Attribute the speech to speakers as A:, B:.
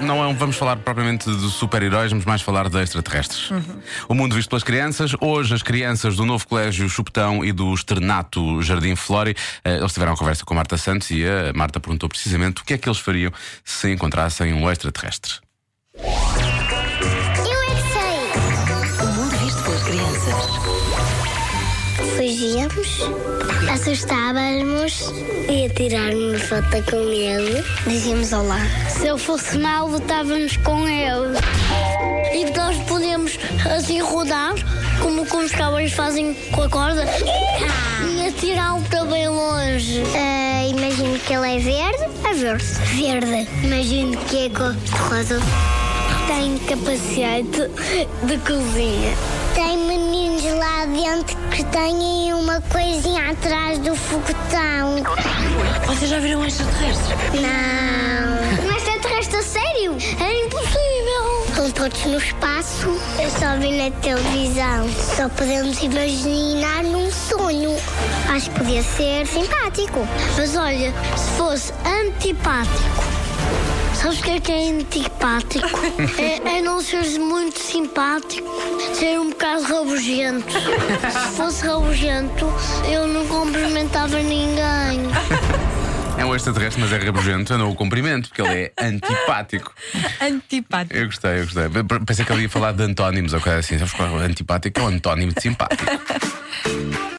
A: não é um- vamos falar propriamente de super-heróis, vamos mais falar de extraterrestres. O mundo visto pelas crianças. Hoje, as crianças do novo colégio Chupetão e do externato Jardim Flori, eh, eles tiveram uma conversa com a Marta Santos e a Marta perguntou precisamente o que é que eles fariam se encontrassem um extraterrestre.
B: Eu é que sei.
C: O mundo visto pelas crianças.
B: Fugíamos, assustávamos e atirar-me foto com ele. Dizíamos olá. Se eu fosse mal, lutávamos com ele. E nós podíamos assim rodar, como, como os cowboys fazem com a corda, e atirá-lo para bem longe. imagino que ele é verde. É verde. Verde. Imagino que é cor de rosa. Tem capacete de cozinha. Tem meninos lá dentro que têm uma coisinha atrás do foguetão.
C: Vocês já viram um extraterrestre?
B: Não. Mas extraterrestre a sério? É impossível. Estão todos no espaço. Eu só vi na televisão. Só podemos imaginar num sonho. Acho que podia ser simpático. Mas olha, se fosse antipático. Sabes o que é que é antipático? É, é não seres muito simpático, ser um bocado rabugento. Se fosse rabugento, eu não cumprimentava ninguém.
A: É um extraterrestre, mas é rabugento. Eu não o cumprimento, porque ele é antipático.
D: Antipático.
A: Eu gostei, eu gostei. Eu Pensei que ele ia falar de antónimos ou coisa assim. Sabes qual é o antipático? É o antónimo de simpático.